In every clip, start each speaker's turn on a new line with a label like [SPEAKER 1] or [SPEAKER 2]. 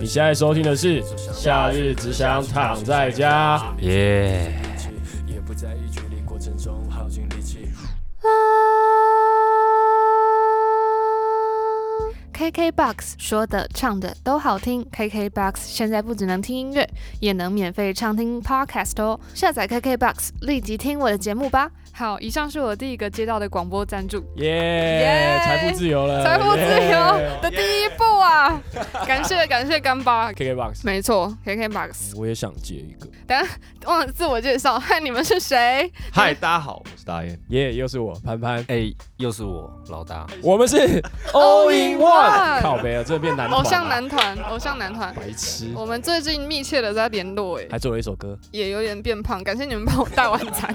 [SPEAKER 1] 你现在收听的是《夏日只想躺在家》。
[SPEAKER 2] 耶、
[SPEAKER 3] KKBOX 说的、唱的都好听。KKBOX 现在不只能听音乐，也能免费畅听 Podcast 哦。下载 KKBOX，立即听我的节目吧。好，以上是我第一个接到的广播赞助，
[SPEAKER 1] 耶！财富自由了，
[SPEAKER 3] 财富自
[SPEAKER 1] 耶
[SPEAKER 3] 由的第一步啊！ 感谢感谢干爸，
[SPEAKER 1] KKBOx，
[SPEAKER 3] 没错，KKBOX。
[SPEAKER 1] 我也想接一个，
[SPEAKER 3] 忘了自我介绍， 嗨，你们是谁？
[SPEAKER 4] 嗨，大家好，我是大雁。
[SPEAKER 1] 耶、又是我潘潘，
[SPEAKER 2] 哎、又是我老大，
[SPEAKER 1] 我们是
[SPEAKER 3] All in One
[SPEAKER 1] 靠北啊，这变男团
[SPEAKER 3] 偶
[SPEAKER 1] 了
[SPEAKER 3] 像哦男团，偶像男团。
[SPEAKER 1] 白痴，
[SPEAKER 3] 我们最近密切的在联络，哎，
[SPEAKER 1] 还做了一首歌，
[SPEAKER 3] 也有点变胖，感谢你们帮我带晚 餐。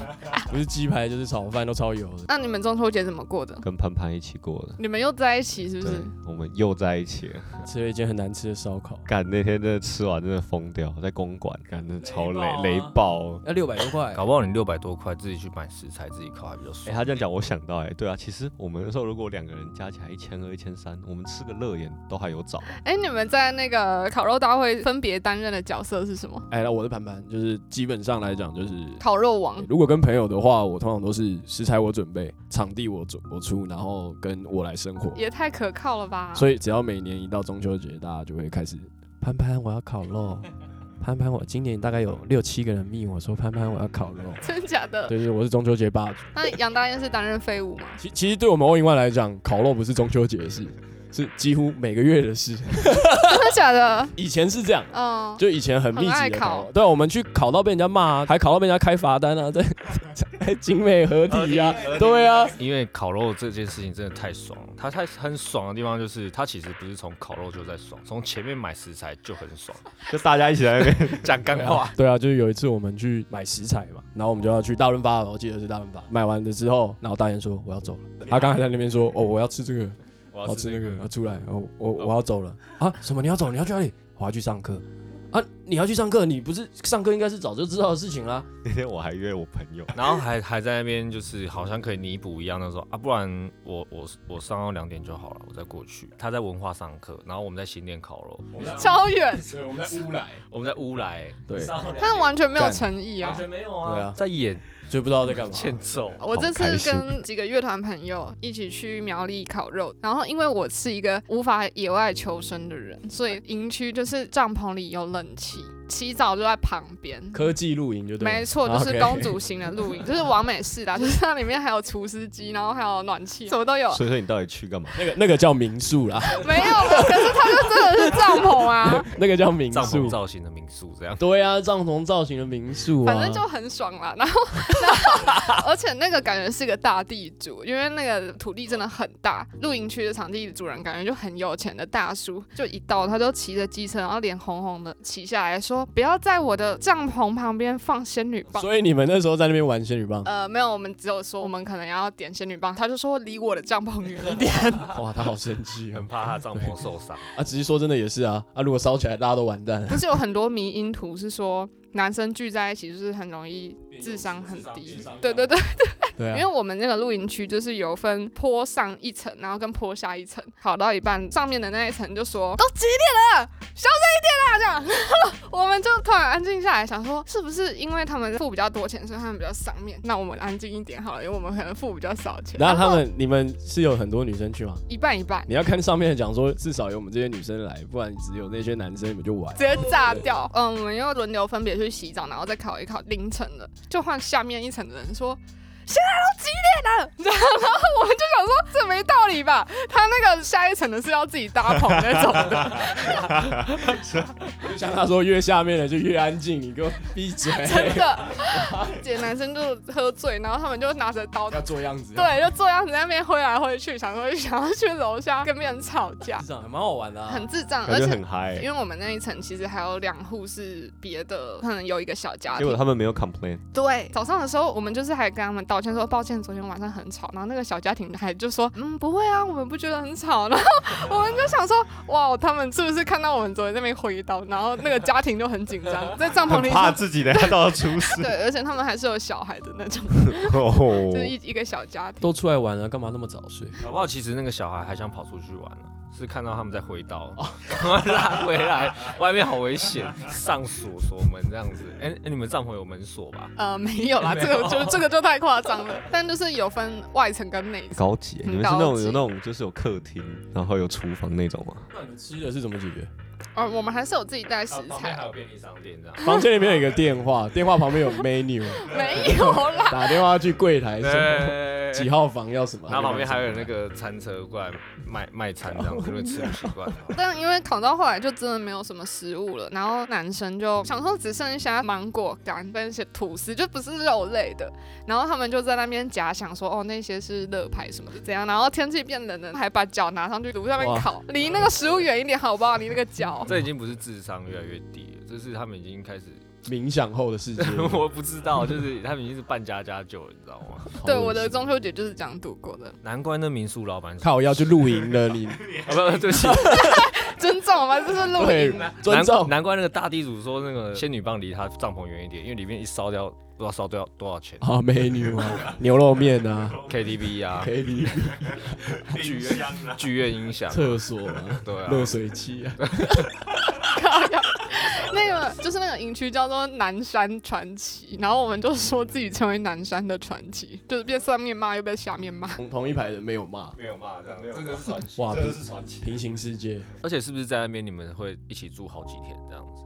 [SPEAKER 1] 不是鸡排就是炒饭，都超油的。
[SPEAKER 3] 那你们中秋节怎么过的？
[SPEAKER 4] 跟潘潘一起过的，
[SPEAKER 3] 你们又在一起是不
[SPEAKER 4] 对
[SPEAKER 3] 是？，
[SPEAKER 4] 我们又在一起了。
[SPEAKER 1] 吃了一间很难吃的烧烤，
[SPEAKER 4] 干那天真的吃完真的疯掉，在公馆干真的超累
[SPEAKER 1] 雷爆啊
[SPEAKER 4] 雷爆。
[SPEAKER 1] 要六百多块
[SPEAKER 2] 搞不好你六百多块自己去买食材自己烤还比较
[SPEAKER 4] 哎、
[SPEAKER 2] 爽。
[SPEAKER 4] 他这样讲，我想到哎、对啊，其实我们那时候如果两个人加起来一千二、一千三，我们吃个乐眼都还有啊找。
[SPEAKER 3] 哎、你们在那个烤肉大会分别担任的角色是什么？
[SPEAKER 1] 哎，那我的盘盘就是基本上来讲就是。
[SPEAKER 3] 烤肉王，
[SPEAKER 1] 如果跟朋友的话，我通常都是食材我准备，场地我准我出，然后跟我来生活。
[SPEAKER 3] 也太可靠了吧！
[SPEAKER 1] 所以只要每年一到中秋节，大家就会开始潘潘我要烤 肉，潘潘我今年大概有六七个人密我说潘潘我要烤肉，
[SPEAKER 3] 真假的？
[SPEAKER 1] 对对，我是中秋节霸主。
[SPEAKER 3] 那杨大燕是担任废物吗？
[SPEAKER 1] 其其实对我们欧 n 万来讲，烤肉不是中秋节的事，是几乎每个月的事。
[SPEAKER 3] 真的假的？
[SPEAKER 1] 以前是这样。
[SPEAKER 3] 嗯，
[SPEAKER 1] 就以前很密
[SPEAKER 3] 很爱
[SPEAKER 1] 集的
[SPEAKER 3] 烤
[SPEAKER 1] 烤肉，对啊，我们去烤到被人家骂、啊，还烤到被人家开罚单啊，在 在景美合体啊，对啊，
[SPEAKER 2] 因为烤肉这件事情真的太爽了，它太很爽的地方就是它其实不是从烤肉就在爽，从前面买食材就很 爽，
[SPEAKER 4] 就大家一起在那边，
[SPEAKER 2] 讲干话。
[SPEAKER 1] 对啊，就是有一次我们去买食材嘛，然后我们就要去大润发了，我记得是大润发。买完了之后，然后大言说我要走了，他刚才在那边说哦我要吃这个，
[SPEAKER 2] 我
[SPEAKER 1] 我要吃那个，要出来，哦我我我要走了啊什么你要走你要去哪里？我要去上课啊你要去上课，你不是上课应该是早就知道的事情啦。
[SPEAKER 4] 那天我还约我朋 友，
[SPEAKER 2] 然后还还在那边就是好像可以弥补一样，那时候啊，不然我我我上到两点就好了，我再过去。他在文化上课，然后我们在新店烤肉，
[SPEAKER 3] 超远，
[SPEAKER 1] 对，我们在乌来，
[SPEAKER 2] 我们在乌来，
[SPEAKER 1] 对
[SPEAKER 3] 但完全没有诚意啊！
[SPEAKER 2] 全没有啊
[SPEAKER 1] 对啊，
[SPEAKER 2] 在演
[SPEAKER 1] 所以不知道在干嘛。
[SPEAKER 2] 欠揍。
[SPEAKER 3] 我这次
[SPEAKER 4] 好开心
[SPEAKER 3] 跟几个乐团朋友一起去苗栗烤肉，然后因为我是一个无法野外求生的人，所以营区就是帐篷里有冷气，洗澡就在旁边。
[SPEAKER 1] 科技露营就对了，啊
[SPEAKER 3] 没错，就是
[SPEAKER 1] 然后
[SPEAKER 3] 公主型的露营，就是完美式的啊，就是它里面还有厨师机，然后还有暖气，什么都有。
[SPEAKER 4] 所以说你到底去干嘛？
[SPEAKER 1] 可以那 个那个叫民宿啦，
[SPEAKER 3] 没有了，可是它就真的是帐篷 啊，
[SPEAKER 1] 那个叫民
[SPEAKER 2] 帐篷
[SPEAKER 1] 宿。
[SPEAKER 2] 造型的民宿这样。
[SPEAKER 1] 对啊，帐篷造型的民宿啊，
[SPEAKER 3] 反正就很爽啦。然后， 然后，而且那个感觉是个大地主，因为那个土地真的很大，露营区的场地主人感觉就很有钱的大叔，就一到他就骑着机车，然后脸红红的骑下来说：“不要在我的帐篷旁边放仙女棒。”
[SPEAKER 1] 所以你们那时候在那边玩仙女 棒，
[SPEAKER 3] 呃，没有，我们只有说我们可能要点仙女棒，他就说离我的帐篷远 一点。
[SPEAKER 1] 哇，他好生气哦
[SPEAKER 2] 很。怕他帐篷受伤，
[SPEAKER 1] 啊，只是说真的也是啊，啊，如果烧起来，大家都完蛋了。
[SPEAKER 3] 不是有很多迷因图是说男生聚在一起就是很容易智商很低，对对对，
[SPEAKER 1] 对啊
[SPEAKER 3] 因为，我们那个露营区就是有分坡上一层，然后跟坡下一层，烤到一半上面的那一层就说都几点了，小声一点啦，这样， 我们就突然安静下来，想说是不是因为他们付比较多钱，所以他们比较上面，那我们安静一点好了，因为我们可能付比较少钱，
[SPEAKER 1] 然后他们你们是有很多女生去吗？
[SPEAKER 3] 一半一半。
[SPEAKER 1] 你要看上面的讲说，至少有我们这些女生来，不然只有那些男生你们就完
[SPEAKER 3] 直。接炸掉。嗯，我们又轮流分别去洗澡，然后再烤一烤。凌晨了，就换下面一层的人说。现在都几点了？ 然后我们就想说，这没道理吧？他那个下一层的是要自己搭棚那种的，
[SPEAKER 1] 就像他说，越下面的就越安静，你给我闭嘴，
[SPEAKER 3] 真的。姐男生就喝醉，然后他们就拿着刀，
[SPEAKER 1] 要做样子。，
[SPEAKER 3] 对，啊就这样子在那边挥来挥去，想说 想要去楼下跟别人吵架，
[SPEAKER 1] 市场蛮好玩的、 啊。
[SPEAKER 3] 很智障。而
[SPEAKER 4] 感觉
[SPEAKER 3] 且
[SPEAKER 4] 很嗨、
[SPEAKER 3] 因为我们那一层其实还有两户是别的，可能有一个小家
[SPEAKER 4] 结
[SPEAKER 3] 庭
[SPEAKER 4] 果，他们没有 complain，
[SPEAKER 3] 对，早上的时候我们就是还跟他们道歉说抱歉，昨天晚上很吵。然后那个小家庭还就说嗯不会啊，我们不觉得很吵。 然后我们就想说哇，他们是不是看到我们昨天在那边挥刀？然后那个家庭就很紧张，在帐篷
[SPEAKER 4] 很
[SPEAKER 3] 里
[SPEAKER 4] 怕
[SPEAKER 3] 说。
[SPEAKER 4] 自己等下到时候出 事。
[SPEAKER 3] 对，而且他们还是有小孩的那种，
[SPEAKER 4] 哦
[SPEAKER 3] 就是一一个小家庭。
[SPEAKER 1] 都出来玩了，干嘛那么早睡？
[SPEAKER 2] 搞不好其实那个小孩还想跑出去玩呢、是看到他们在回刀，赶快拉回来，外面好危险，上锁锁门这样子。哎、哎你们帐篷有门锁吧？
[SPEAKER 3] 呃，没有啦，这个就这个就太夸张了。但就是有分外层跟内层，
[SPEAKER 4] 高级欸，
[SPEAKER 3] 很
[SPEAKER 4] 你们是那种
[SPEAKER 3] 高级
[SPEAKER 4] 有那种就是有客厅，然后有厨房那种吗？
[SPEAKER 1] 那你们吃的是怎么解决？
[SPEAKER 3] 呃，我们还是有自己带
[SPEAKER 2] 啊
[SPEAKER 3] 食材，
[SPEAKER 2] 有便利商店这样。
[SPEAKER 1] 房间里面有一个电话，电话旁边有 menu，
[SPEAKER 3] 没有啦，
[SPEAKER 1] 打电话去柜台什么
[SPEAKER 2] 对，
[SPEAKER 1] 几号房要什么，
[SPEAKER 2] 然后旁边还有那 个餐车过来卖卖餐这样子，因为吃不习惯。
[SPEAKER 3] 但因为烤到后来就真的没有什么食物了，然后男生就想说只剩下芒果干跟一些吐司，就不是肉类的。然后他们就在那边假想说，哦，那些是乐牌什么的，怎样？然后天气变冷了，还把脚拿上去炉上面
[SPEAKER 1] 哇
[SPEAKER 3] 烤，离那个食物远一点好不好？离那个脚。
[SPEAKER 2] 这已经不是智商越来越低了，这是他们已经开始，。
[SPEAKER 1] 冥想后的世界
[SPEAKER 2] 我不知道，就是他们已经是半家家酒了，你知道吗？
[SPEAKER 3] 对，我的中秋节就是这样度过的，
[SPEAKER 2] 难怪那民宿老 板
[SPEAKER 1] 看我要去露营了，你
[SPEAKER 2] 啊，不不，对不起，
[SPEAKER 3] 尊重吗？这是露
[SPEAKER 1] 对
[SPEAKER 3] 营。
[SPEAKER 1] 尊重
[SPEAKER 2] 难。难怪那个大地主说那个仙女棒离他帐篷远一点，因为里面一烧掉不知道烧掉多少钱
[SPEAKER 1] 啊，menu 啊，牛肉面啊
[SPEAKER 2] ，KTV 啊，
[SPEAKER 1] ，KTV
[SPEAKER 2] 剧
[SPEAKER 1] 啊
[SPEAKER 2] 院剧院音响，
[SPEAKER 1] 厕所啊，
[SPEAKER 2] 对啊，
[SPEAKER 1] 热水器啊，
[SPEAKER 3] 那个就是那个营区叫做南山传奇，然后我们就说自己成为南山的传奇，就是被上面骂又被下面骂。
[SPEAKER 1] 同同一排人没有骂，
[SPEAKER 2] 没有骂这样，这个是传奇。
[SPEAKER 1] 哇，平行世界，
[SPEAKER 2] 而且是不是在那边你们会一起住好几天这样子？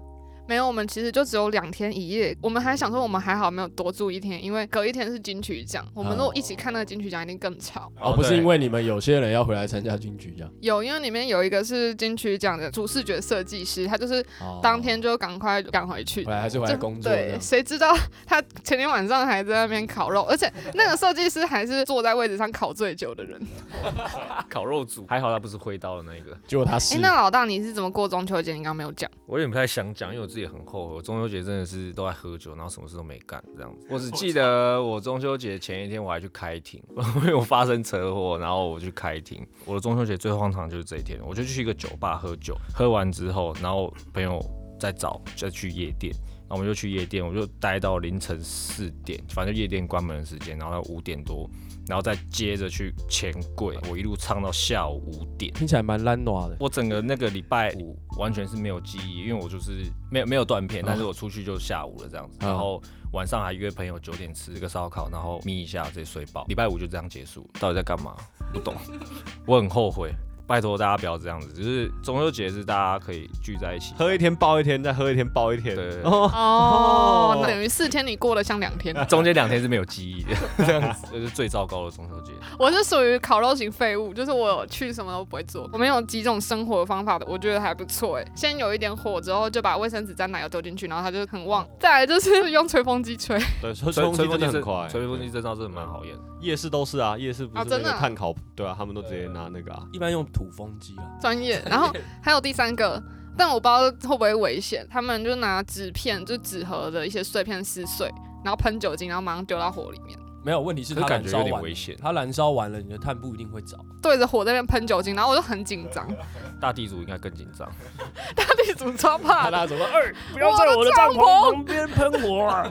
[SPEAKER 3] 没有，我们其实就只有两天一夜。我们还想说，我们还好没有多住一天，因为隔一天是金曲奖，我们如果一起看那个金曲奖，一定更吵。
[SPEAKER 1] 哦，不是因为你们有些人要回来参加金曲奖，
[SPEAKER 3] 有，因为里面有一个是金曲奖的主视觉设计师，他就是
[SPEAKER 1] 哦
[SPEAKER 3] 当天就赶快赶回去
[SPEAKER 1] 回。来还是回哦来
[SPEAKER 3] 就
[SPEAKER 1] 工作
[SPEAKER 3] 对
[SPEAKER 1] 的，，
[SPEAKER 3] 谁知道 他前天晚上还在那边烤肉，而且那个设计师还是坐在位置上烤最久的人。
[SPEAKER 2] 对 烤肉组，还好他不是挥刀的那个。
[SPEAKER 1] 结果他
[SPEAKER 3] 哎、
[SPEAKER 1] 是
[SPEAKER 3] 那老大你是怎么过中秋节？你刚刚没有讲。
[SPEAKER 2] 我有点不太想讲，因为我自己很后悔，我中秋节真的是都在喝酒，然后什么事都没干这样子。我只记得我中秋节前一天我还去开庭， 因为我发生车祸，然后我去开庭。我的中秋节最荒唐就是这一天，我就去一个酒吧喝酒，喝完之后，然后朋友再找再去夜店。然后我们就去夜店，我就待到凌晨四点，反正夜店关门的时间，然后到五点多，然后再接着去钱柜，我一路唱到下午五点。
[SPEAKER 1] 听起来蛮烂暖的，
[SPEAKER 2] 我整个那个礼拜五完全是没有记忆，因为我就是没有没有断片，但是我出去就下午了这样子，
[SPEAKER 1] 嗯
[SPEAKER 2] 然后晚上还约朋友九点吃个烧烤，然后眯一下直接睡饱，礼拜五就这样结束。到底在干嘛？不懂， 我很后悔。拜托大家不要这样子，就是中秋节是大家可以聚在一起，
[SPEAKER 4] 喝一天爆一天，再喝一天爆一天。
[SPEAKER 2] 对对对
[SPEAKER 4] 哦，
[SPEAKER 3] 哦
[SPEAKER 4] 哦，
[SPEAKER 3] 那等于四天你过得像两天。
[SPEAKER 2] 啊中间两天是没有记忆的， 这样子这是最糟糕的中秋节。
[SPEAKER 3] 我是属于烤肉型废物，就是我有去什么都不会做。我们有几种生活方法的，我觉得还不错哎。先有一点火之后，就把卫生纸沾奶油丢进去，然后它就很旺。再来就是 用吹风机吹，
[SPEAKER 4] 对，吹
[SPEAKER 2] 吹
[SPEAKER 4] 风
[SPEAKER 2] 吹
[SPEAKER 4] 机真
[SPEAKER 2] 风机
[SPEAKER 4] 的
[SPEAKER 2] 这
[SPEAKER 4] 很快。
[SPEAKER 2] 吹风机这招真的蛮好演的。
[SPEAKER 4] 夜市都是啊，夜市不
[SPEAKER 3] 啊
[SPEAKER 4] 是那
[SPEAKER 3] 真的
[SPEAKER 4] 个
[SPEAKER 3] 啊
[SPEAKER 4] 炭烤，对啊，他们都直接拿那个啊。
[SPEAKER 1] 一般用土风机啊，
[SPEAKER 3] 专业。然 后还有第三个。但我不知道会不会危险，他们就拿纸片，就纸盒的一些碎片撕碎，然后喷酒精，然后马上丢到火里面，
[SPEAKER 1] 没有问题是
[SPEAKER 2] 可是
[SPEAKER 1] 它
[SPEAKER 2] 感
[SPEAKER 1] 燃
[SPEAKER 2] 觉
[SPEAKER 1] 烧
[SPEAKER 2] 有点
[SPEAKER 1] 完
[SPEAKER 2] 危
[SPEAKER 1] 了，
[SPEAKER 2] 险。
[SPEAKER 1] 它燃烧完了，你的碳不一定会着。
[SPEAKER 3] 对着火在那边喷酒精，然后我就很紧 张，
[SPEAKER 2] 大地主应该更紧张。
[SPEAKER 3] 地主超怕
[SPEAKER 1] 看
[SPEAKER 3] 的。
[SPEAKER 1] 他怎么二，不
[SPEAKER 3] 要在我的帐篷
[SPEAKER 1] 旁边喷火啊！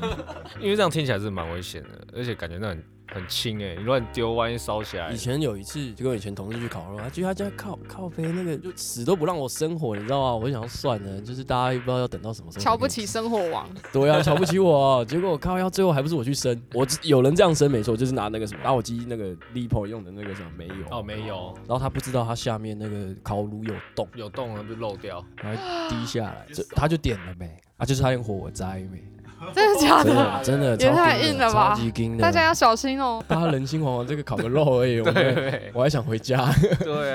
[SPEAKER 2] 因为这样听起来是蛮危险的，而且感觉那很很轻哎、你乱丢，万一烧起来
[SPEAKER 1] 以，前有一次就跟我以前同事去烤肉，他去他家靠靠背那个就死都不让我生火，你知道吗？我就想说算了，就是大家也不知道要等到什么时候。
[SPEAKER 3] 瞧不起，生活王，
[SPEAKER 1] 对啊，瞧不起我。结果我靠腰最后还不是我去生，我只有人这样生没错，就是拿那个什么打火机那个 lipo 用的那个什么煤油，
[SPEAKER 2] 哦没有，
[SPEAKER 1] 然后他不知道他下面那个烤炉有洞，
[SPEAKER 2] 有洞了就漏掉，
[SPEAKER 1] 然
[SPEAKER 3] 啊
[SPEAKER 1] 后滴下来，这他就点了没？啊，就是差点火灾 没？
[SPEAKER 3] 真的假
[SPEAKER 1] 真
[SPEAKER 3] 的？
[SPEAKER 1] 的真的
[SPEAKER 3] 啊也
[SPEAKER 1] 超
[SPEAKER 3] 太
[SPEAKER 1] 硬
[SPEAKER 3] 硬
[SPEAKER 1] 的
[SPEAKER 3] 了吧
[SPEAKER 1] 超级硬的，
[SPEAKER 3] 大家要小心哦。
[SPEAKER 1] 大家人心惶惶，这个烤个肉而已，我们
[SPEAKER 2] 对
[SPEAKER 1] 我还想回家，
[SPEAKER 2] 对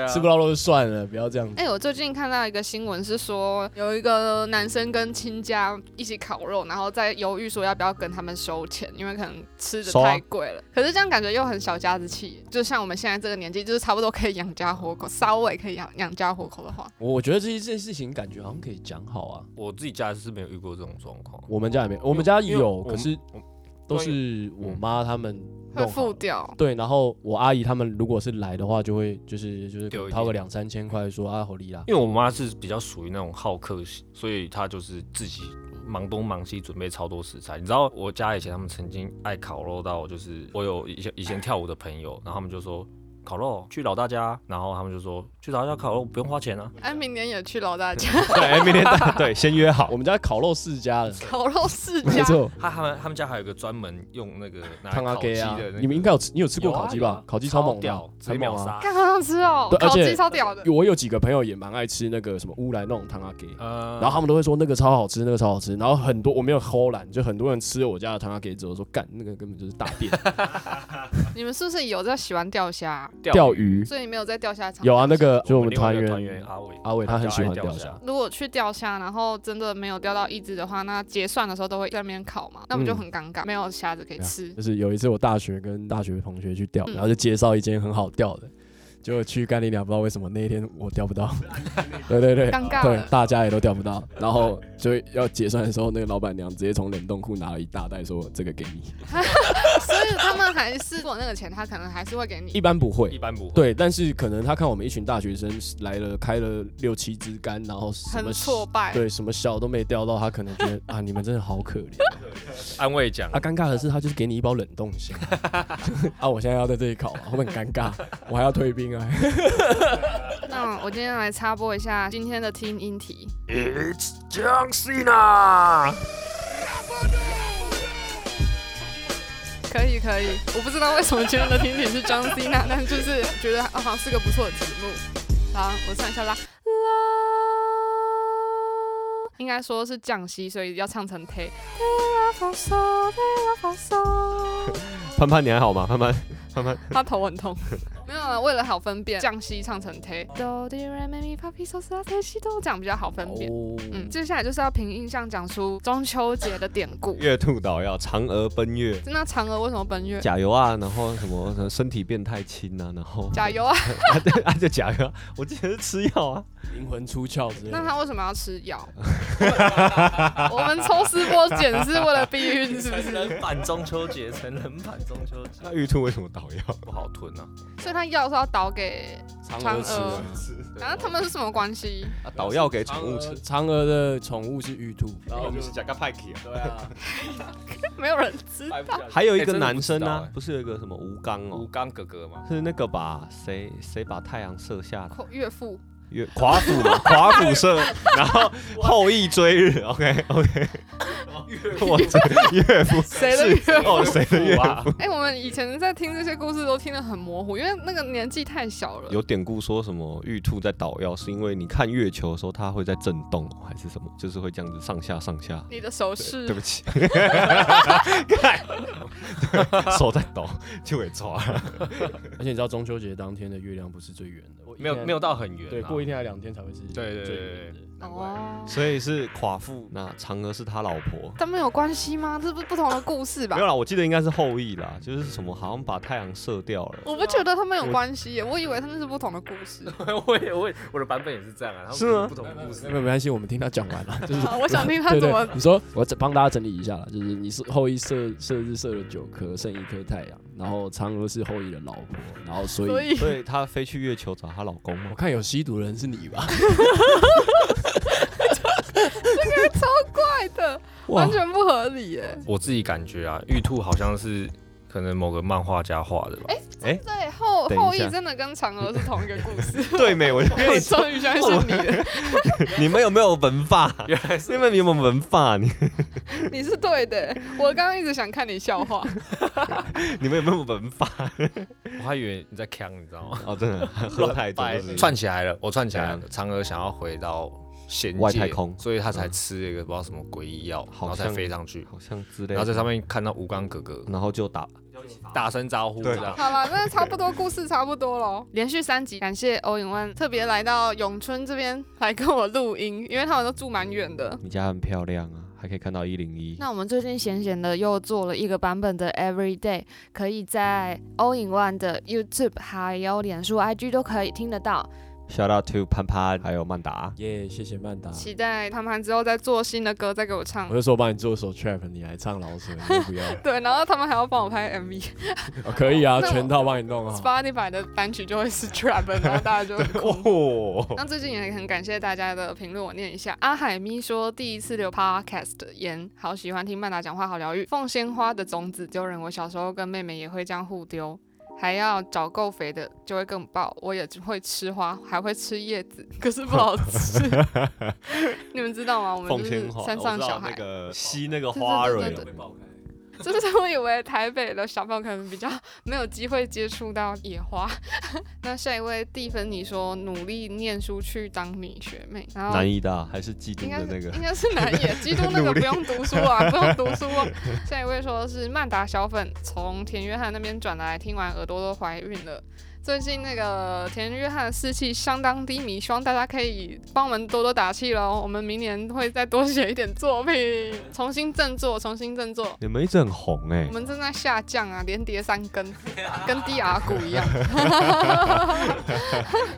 [SPEAKER 2] 啊，
[SPEAKER 1] 吃不到肉就算了，不要这样子。
[SPEAKER 3] 哎、我最近看到一个新闻是说，有一个男生跟亲家一起烤肉，然后在犹豫说要不要跟他们收钱，因为可能吃的
[SPEAKER 4] 收啊
[SPEAKER 3] 太贵了。可是这样感觉又很小家子气，就像我们现在这个年纪，就是差不多可以养家活口，稍微可以养养家活口的话，
[SPEAKER 1] 我觉得这件事情感觉好像可以讲好啊。
[SPEAKER 2] 我自己家是没有遇过这种状况，
[SPEAKER 1] 我们家也没，我们家
[SPEAKER 2] 哦因为
[SPEAKER 1] 有，
[SPEAKER 2] 我
[SPEAKER 1] 可是
[SPEAKER 2] 我啊
[SPEAKER 1] 都是我
[SPEAKER 2] 嗯
[SPEAKER 1] 妈他们
[SPEAKER 3] 会
[SPEAKER 1] 弄好
[SPEAKER 3] 付
[SPEAKER 1] 的。
[SPEAKER 3] 掉。
[SPEAKER 1] 对，然后我阿姨他们如果是来的话，就会就是就是
[SPEAKER 2] 丢一
[SPEAKER 1] 掏
[SPEAKER 2] 点
[SPEAKER 1] 个两三千块说啊，好利啦。
[SPEAKER 2] 因为我妈是比较属于那种好客型，所以她就是自己忙东忙西，准备超多食材。你知道我家以前他们曾经爱烤肉到，就是我有以前以前跳舞的朋友，然后他们就说。烤肉，去老大家，然后他们就说去老大家烤肉不用花钱啊，
[SPEAKER 3] 哎，明年也去老大家
[SPEAKER 4] 对，明天大对先约好
[SPEAKER 1] 我，们家烤肉世家 的，
[SPEAKER 3] 烤肉世
[SPEAKER 1] 没
[SPEAKER 3] 家，
[SPEAKER 1] 错，
[SPEAKER 2] 他他们他们家还有一个专门用那个拿来
[SPEAKER 1] 汤阿
[SPEAKER 2] 烤鸡
[SPEAKER 1] K 啊
[SPEAKER 2] 的那个，
[SPEAKER 1] 你们应该有吃，你有吃过
[SPEAKER 2] 有啊
[SPEAKER 1] 烤鸡
[SPEAKER 2] 有
[SPEAKER 1] 吧
[SPEAKER 2] 啊？
[SPEAKER 1] 烤鸡超猛
[SPEAKER 2] 屌
[SPEAKER 1] 的，，
[SPEAKER 2] 直接
[SPEAKER 1] 很
[SPEAKER 2] 秒
[SPEAKER 1] 猛啊！
[SPEAKER 2] 杀。
[SPEAKER 3] 看好想吃哦，
[SPEAKER 1] 对而
[SPEAKER 3] 烤
[SPEAKER 1] 且
[SPEAKER 3] 鸡超屌的，
[SPEAKER 1] 我有几个朋友也蛮爱吃那个什么乌来弄汤阿 K，
[SPEAKER 2] 呃
[SPEAKER 1] 然后他们都会说那个超好吃，那个超好吃。然后很多我没有偷懒，就很多人吃了我家的汤阿给之后说干那个根本就是大便。
[SPEAKER 3] 你们是不是有在喜欢钓虾？
[SPEAKER 1] 钓鱼
[SPEAKER 3] 所以你没有在钓虾场？
[SPEAKER 1] 有啊，那个就我们
[SPEAKER 2] 另外
[SPEAKER 1] 团
[SPEAKER 2] 一个团
[SPEAKER 1] 员
[SPEAKER 2] 员阿伟，
[SPEAKER 1] 阿伟他很喜欢
[SPEAKER 2] 比较
[SPEAKER 1] 钓
[SPEAKER 2] 爱钓
[SPEAKER 1] 虾
[SPEAKER 2] 虾，
[SPEAKER 3] 如果去钓虾，然后真的没有钓到一只的话，那结算的时候都会在那边烤嘛，那不就很尴
[SPEAKER 1] 嗯
[SPEAKER 3] 尬，没有虾子可以吃。
[SPEAKER 1] 就是有一次我大学跟大学同学去钓，
[SPEAKER 3] 嗯
[SPEAKER 1] 然后就介绍一间很好钓的，结果去干你俩不知道为什么那一天我钓不到， 对对对。
[SPEAKER 3] 尴尬
[SPEAKER 1] 对
[SPEAKER 3] 了，，
[SPEAKER 1] 大家也都钓不到，然后就要结算的时候，那个老板娘直接从冷冻库拿了一大袋，说：“这个给你。啊
[SPEAKER 3] 所以他们还是付我那个钱，他可能还是会给”你
[SPEAKER 1] 一。般不会
[SPEAKER 2] 一，般不会。
[SPEAKER 1] 对，但是可能他看我们一群大学生来了，开了六七支竿，然后什
[SPEAKER 3] 很
[SPEAKER 1] 么
[SPEAKER 3] 挫败，
[SPEAKER 1] 对什么小都没钓到，他可能觉 得啊，你们真的好可怜哦。
[SPEAKER 2] 安慰奖
[SPEAKER 1] 啊，，尴尬的是他就是给你一包冷冻 虾，啊，我现在要在这里烤啊，会不会很尴尬？我还要退兵啊。
[SPEAKER 3] 那我今天来插播一下今天的听音题。
[SPEAKER 2] 江西呢？
[SPEAKER 3] 可以可以，我不知道为什么今天的听题是 John Cena，但就是觉得啊好像是个不错的题目。好，我唱一下啦啦，应该说是降息，所以要唱成 te。
[SPEAKER 4] 潘潘你还好吗？潘潘潘潘，
[SPEAKER 3] 他头很痛， 没有啊，为了好分辨，降息唱成 te。Do di re mi mi fa pi so sa te si do，这样比较好分辨。
[SPEAKER 1] 哦，
[SPEAKER 3] 嗯，接下来就是要凭印象讲出中秋节的典 故。
[SPEAKER 4] 月兔岛要嫦娥奔月，
[SPEAKER 3] 那嫦娥为什么奔 月？
[SPEAKER 4] 加油啊，然后什么什么身体变太轻啊，然后
[SPEAKER 3] 加油 啊！
[SPEAKER 4] 啊对 啊就加油啊，我记得是吃药啊，
[SPEAKER 1] 灵魂出窍之类
[SPEAKER 3] 那
[SPEAKER 1] 的。
[SPEAKER 3] 他为什么要吃 药？我们抽丝剥茧是为了避孕，是不
[SPEAKER 2] 成
[SPEAKER 3] 是？
[SPEAKER 2] 人版中秋节，成人版中秋节
[SPEAKER 4] 那玉兔为什么倒药？
[SPEAKER 2] 不好吞啊。
[SPEAKER 3] 所以他药是要倒给
[SPEAKER 1] 嫦
[SPEAKER 3] 嫦
[SPEAKER 1] 娥吃
[SPEAKER 3] 娥啊
[SPEAKER 1] 了，。
[SPEAKER 3] 然后他们是什么关系？
[SPEAKER 4] 啊 倒药
[SPEAKER 1] 哎
[SPEAKER 4] 给宠物吃，
[SPEAKER 1] 嫦娥的宠物哦是玉兔，然后
[SPEAKER 4] 是讲个派克啊。
[SPEAKER 1] 对 啊，
[SPEAKER 3] 没有人知道。
[SPEAKER 4] 还有一
[SPEAKER 2] 哎
[SPEAKER 4] 个
[SPEAKER 2] 真的不
[SPEAKER 4] 男
[SPEAKER 2] 知
[SPEAKER 4] 生
[SPEAKER 2] 道
[SPEAKER 4] 啊
[SPEAKER 2] 哎，
[SPEAKER 4] 不是有一个什么吴刚
[SPEAKER 2] 吴
[SPEAKER 4] 哦，
[SPEAKER 2] 刚哥哥嘛，
[SPEAKER 4] 是那个把谁谁把太阳射下的
[SPEAKER 3] 岳父，
[SPEAKER 4] 岳夸父嘛， 夸父射，然后后羿追日，OK OK，我 这岳父
[SPEAKER 3] 谁的岳
[SPEAKER 4] 是哦谁的岳
[SPEAKER 2] 啊
[SPEAKER 4] 父？
[SPEAKER 3] 哎、我们以前在听这些故事都听得很模糊，因为那个年纪太小了。
[SPEAKER 4] 有典故说什么玉兔在捣药，是因为你看月球的时候它会在震动，还是什么？就是会这样子上下上下。
[SPEAKER 3] 你的手
[SPEAKER 4] 对
[SPEAKER 3] 势
[SPEAKER 4] 对，不起，看手在抖就给抓了。
[SPEAKER 1] 而且你知道中秋节当天的月亮不是最圆的，我一
[SPEAKER 2] 没有
[SPEAKER 1] 天
[SPEAKER 2] 没有到很远啊。
[SPEAKER 1] 对，过一天还两天才会是
[SPEAKER 2] 对对
[SPEAKER 1] 最
[SPEAKER 2] 对
[SPEAKER 1] 圆的。
[SPEAKER 2] 难怪
[SPEAKER 3] 哦，
[SPEAKER 4] 所以是夸父，那嫦娥是他老婆。
[SPEAKER 3] 他们有关系吗？这不是不同的故事吧
[SPEAKER 4] 没有？啦，我记得应该是后羿啦，就是什么好像把太阳射掉了。
[SPEAKER 3] 我不觉得他们有关系耶，我以为他们是不同的故事。
[SPEAKER 2] 我也我也我的版本也是这样啊，他们
[SPEAKER 4] 是吗
[SPEAKER 2] 不同的故事
[SPEAKER 1] 没。有没关系，我们听他讲 完啊了，就是
[SPEAKER 3] 好我想听他
[SPEAKER 1] 对
[SPEAKER 3] 怎
[SPEAKER 1] 对
[SPEAKER 3] 么，
[SPEAKER 1] 你说我整帮大家整理一下啦，就是你是后羿射射日射了九颗，剩一颗太阳，然后嫦娥是后羿的老婆，然后所
[SPEAKER 3] 所
[SPEAKER 1] 以
[SPEAKER 3] 以
[SPEAKER 4] 所以她飞去月球找她老公吗
[SPEAKER 1] 我？看有吸毒的人是你吧？
[SPEAKER 3] 怪的
[SPEAKER 1] 哇
[SPEAKER 3] 完，全不合理耶。
[SPEAKER 2] 我自己感觉啊，玉兔好像是可能某个漫画家画的吧。
[SPEAKER 4] 哎，
[SPEAKER 3] 对，后
[SPEAKER 4] 等一下
[SPEAKER 3] 后羿真的跟嫦娥是同一个故事。
[SPEAKER 4] 对没？我就跟
[SPEAKER 3] 我
[SPEAKER 4] 你说，
[SPEAKER 3] 终于相信你了，
[SPEAKER 4] 你们有没有文法？
[SPEAKER 2] 原来 是
[SPEAKER 4] 你们有没有文法？你
[SPEAKER 3] 你是对的。我刚刚一直想看你笑话，
[SPEAKER 4] 你们有没有文法？
[SPEAKER 2] 我还以为你在呛，你知 道吗？
[SPEAKER 4] 哦，真的喝太多就是
[SPEAKER 2] 串起来了，我串起来
[SPEAKER 4] 对
[SPEAKER 2] 了。嫦娥想要回到仙界
[SPEAKER 4] 外太空
[SPEAKER 2] 所以她才吃了一个不知道什么诡异药，然
[SPEAKER 4] 好
[SPEAKER 2] 后才
[SPEAKER 4] 像
[SPEAKER 2] 飞上去，
[SPEAKER 4] 好像之类的。
[SPEAKER 2] 然后在上面看到吴刚哥哥
[SPEAKER 4] 然后就打
[SPEAKER 2] 大声招呼，
[SPEAKER 4] 对
[SPEAKER 2] 这样
[SPEAKER 3] 好了，那差不多故事差不多喽。连续三集，感谢欧永万特别来到永春这边来跟我录音，因为他们都住蛮远的。
[SPEAKER 4] 你家很漂亮啊，还可以看到一零一。
[SPEAKER 3] 那我们最近闲闲的又做了一个版本的 Every Day，可以在 All in One 的 YouTube 还有脸书 IG 都可以听得到。
[SPEAKER 4] Shout out to 潘潘，还有曼达。
[SPEAKER 1] 耶、谢谢曼达。
[SPEAKER 3] 期待他们之后再做新的歌再给我唱
[SPEAKER 1] 我。就说我帮你做首 trap，你来唱老舍，你都不 要、
[SPEAKER 3] 对，然后他们还要帮我拍 MV。
[SPEAKER 1] 哦可以啊，
[SPEAKER 3] 那我
[SPEAKER 1] 全套帮你弄啊好。
[SPEAKER 3] Spotify 的单曲就会是 trap，然后大家就很哭。
[SPEAKER 4] 哦，
[SPEAKER 3] 那最近也很感谢大家的评论，我念一下。阿海咪说第一次留 podcast 言，好喜欢听曼达讲话，好疗愈。凤仙花的种子丢人，我小时候跟妹妹也会这样互丢。还要找够肥的就会更爆。我也只会吃花，还会吃叶子， 可是不好吃。 你们知道吗？我们
[SPEAKER 4] 奉
[SPEAKER 3] 就
[SPEAKER 4] 天
[SPEAKER 3] 是
[SPEAKER 4] 花，
[SPEAKER 3] 山
[SPEAKER 4] 我
[SPEAKER 3] 上
[SPEAKER 4] 知道
[SPEAKER 3] 小孩
[SPEAKER 4] 那，个哦吸那个花
[SPEAKER 3] 对对
[SPEAKER 4] 蕊
[SPEAKER 3] 对对
[SPEAKER 4] 的
[SPEAKER 3] 对，
[SPEAKER 1] 爆开。
[SPEAKER 3] 就是我以为台北的小朋友可能比较没有机会接触到野花。 那下一位蒂芬妮说，努力念书去当你学妹，然后
[SPEAKER 4] 南医大还是基督
[SPEAKER 3] 应该
[SPEAKER 4] 的
[SPEAKER 3] 是
[SPEAKER 4] 那个
[SPEAKER 3] 应该是南 野，基督那个
[SPEAKER 4] 努
[SPEAKER 3] 不
[SPEAKER 4] 力
[SPEAKER 3] 用读书 啊，不用读书、哦。下一位说是曼达小粉从田约翰那边转来，听完耳朵都怀孕了。最近那个田约翰的士气相当低迷，希望大家可以帮我们多多打气喽。我们明年会再多写一点作品，重新振作，重新振作。
[SPEAKER 4] 你们一直很红哎、
[SPEAKER 3] 我们正在下降啊，连跌三 根，跟 DR 股一样。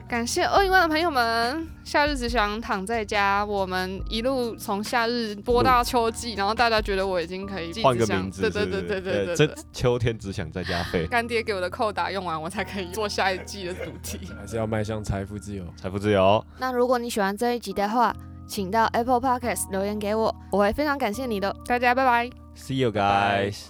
[SPEAKER 3] 感谢二一万的朋友们，夏日只想躺在家。我们一路从夏日播到秋季，然后大家觉得我已经可以寄
[SPEAKER 4] 换
[SPEAKER 3] 只
[SPEAKER 4] 个
[SPEAKER 3] 想
[SPEAKER 4] 名字
[SPEAKER 3] 对
[SPEAKER 4] 是
[SPEAKER 3] 对
[SPEAKER 4] 不
[SPEAKER 3] 对
[SPEAKER 4] 是，
[SPEAKER 3] 对对对
[SPEAKER 4] 这
[SPEAKER 3] 对。
[SPEAKER 4] 秋天只想在家飞，
[SPEAKER 3] 干爹给我的扣打用完，我才可以做下一季的主题。
[SPEAKER 1] 还是要迈向财富自由。
[SPEAKER 4] 财富自由。
[SPEAKER 5] 那如果你喜欢这一集的话，请到 Apple Podcast 留言给我，我会非常感谢你的。
[SPEAKER 3] 大家拜拜。
[SPEAKER 4] See you
[SPEAKER 1] 拜
[SPEAKER 4] guys。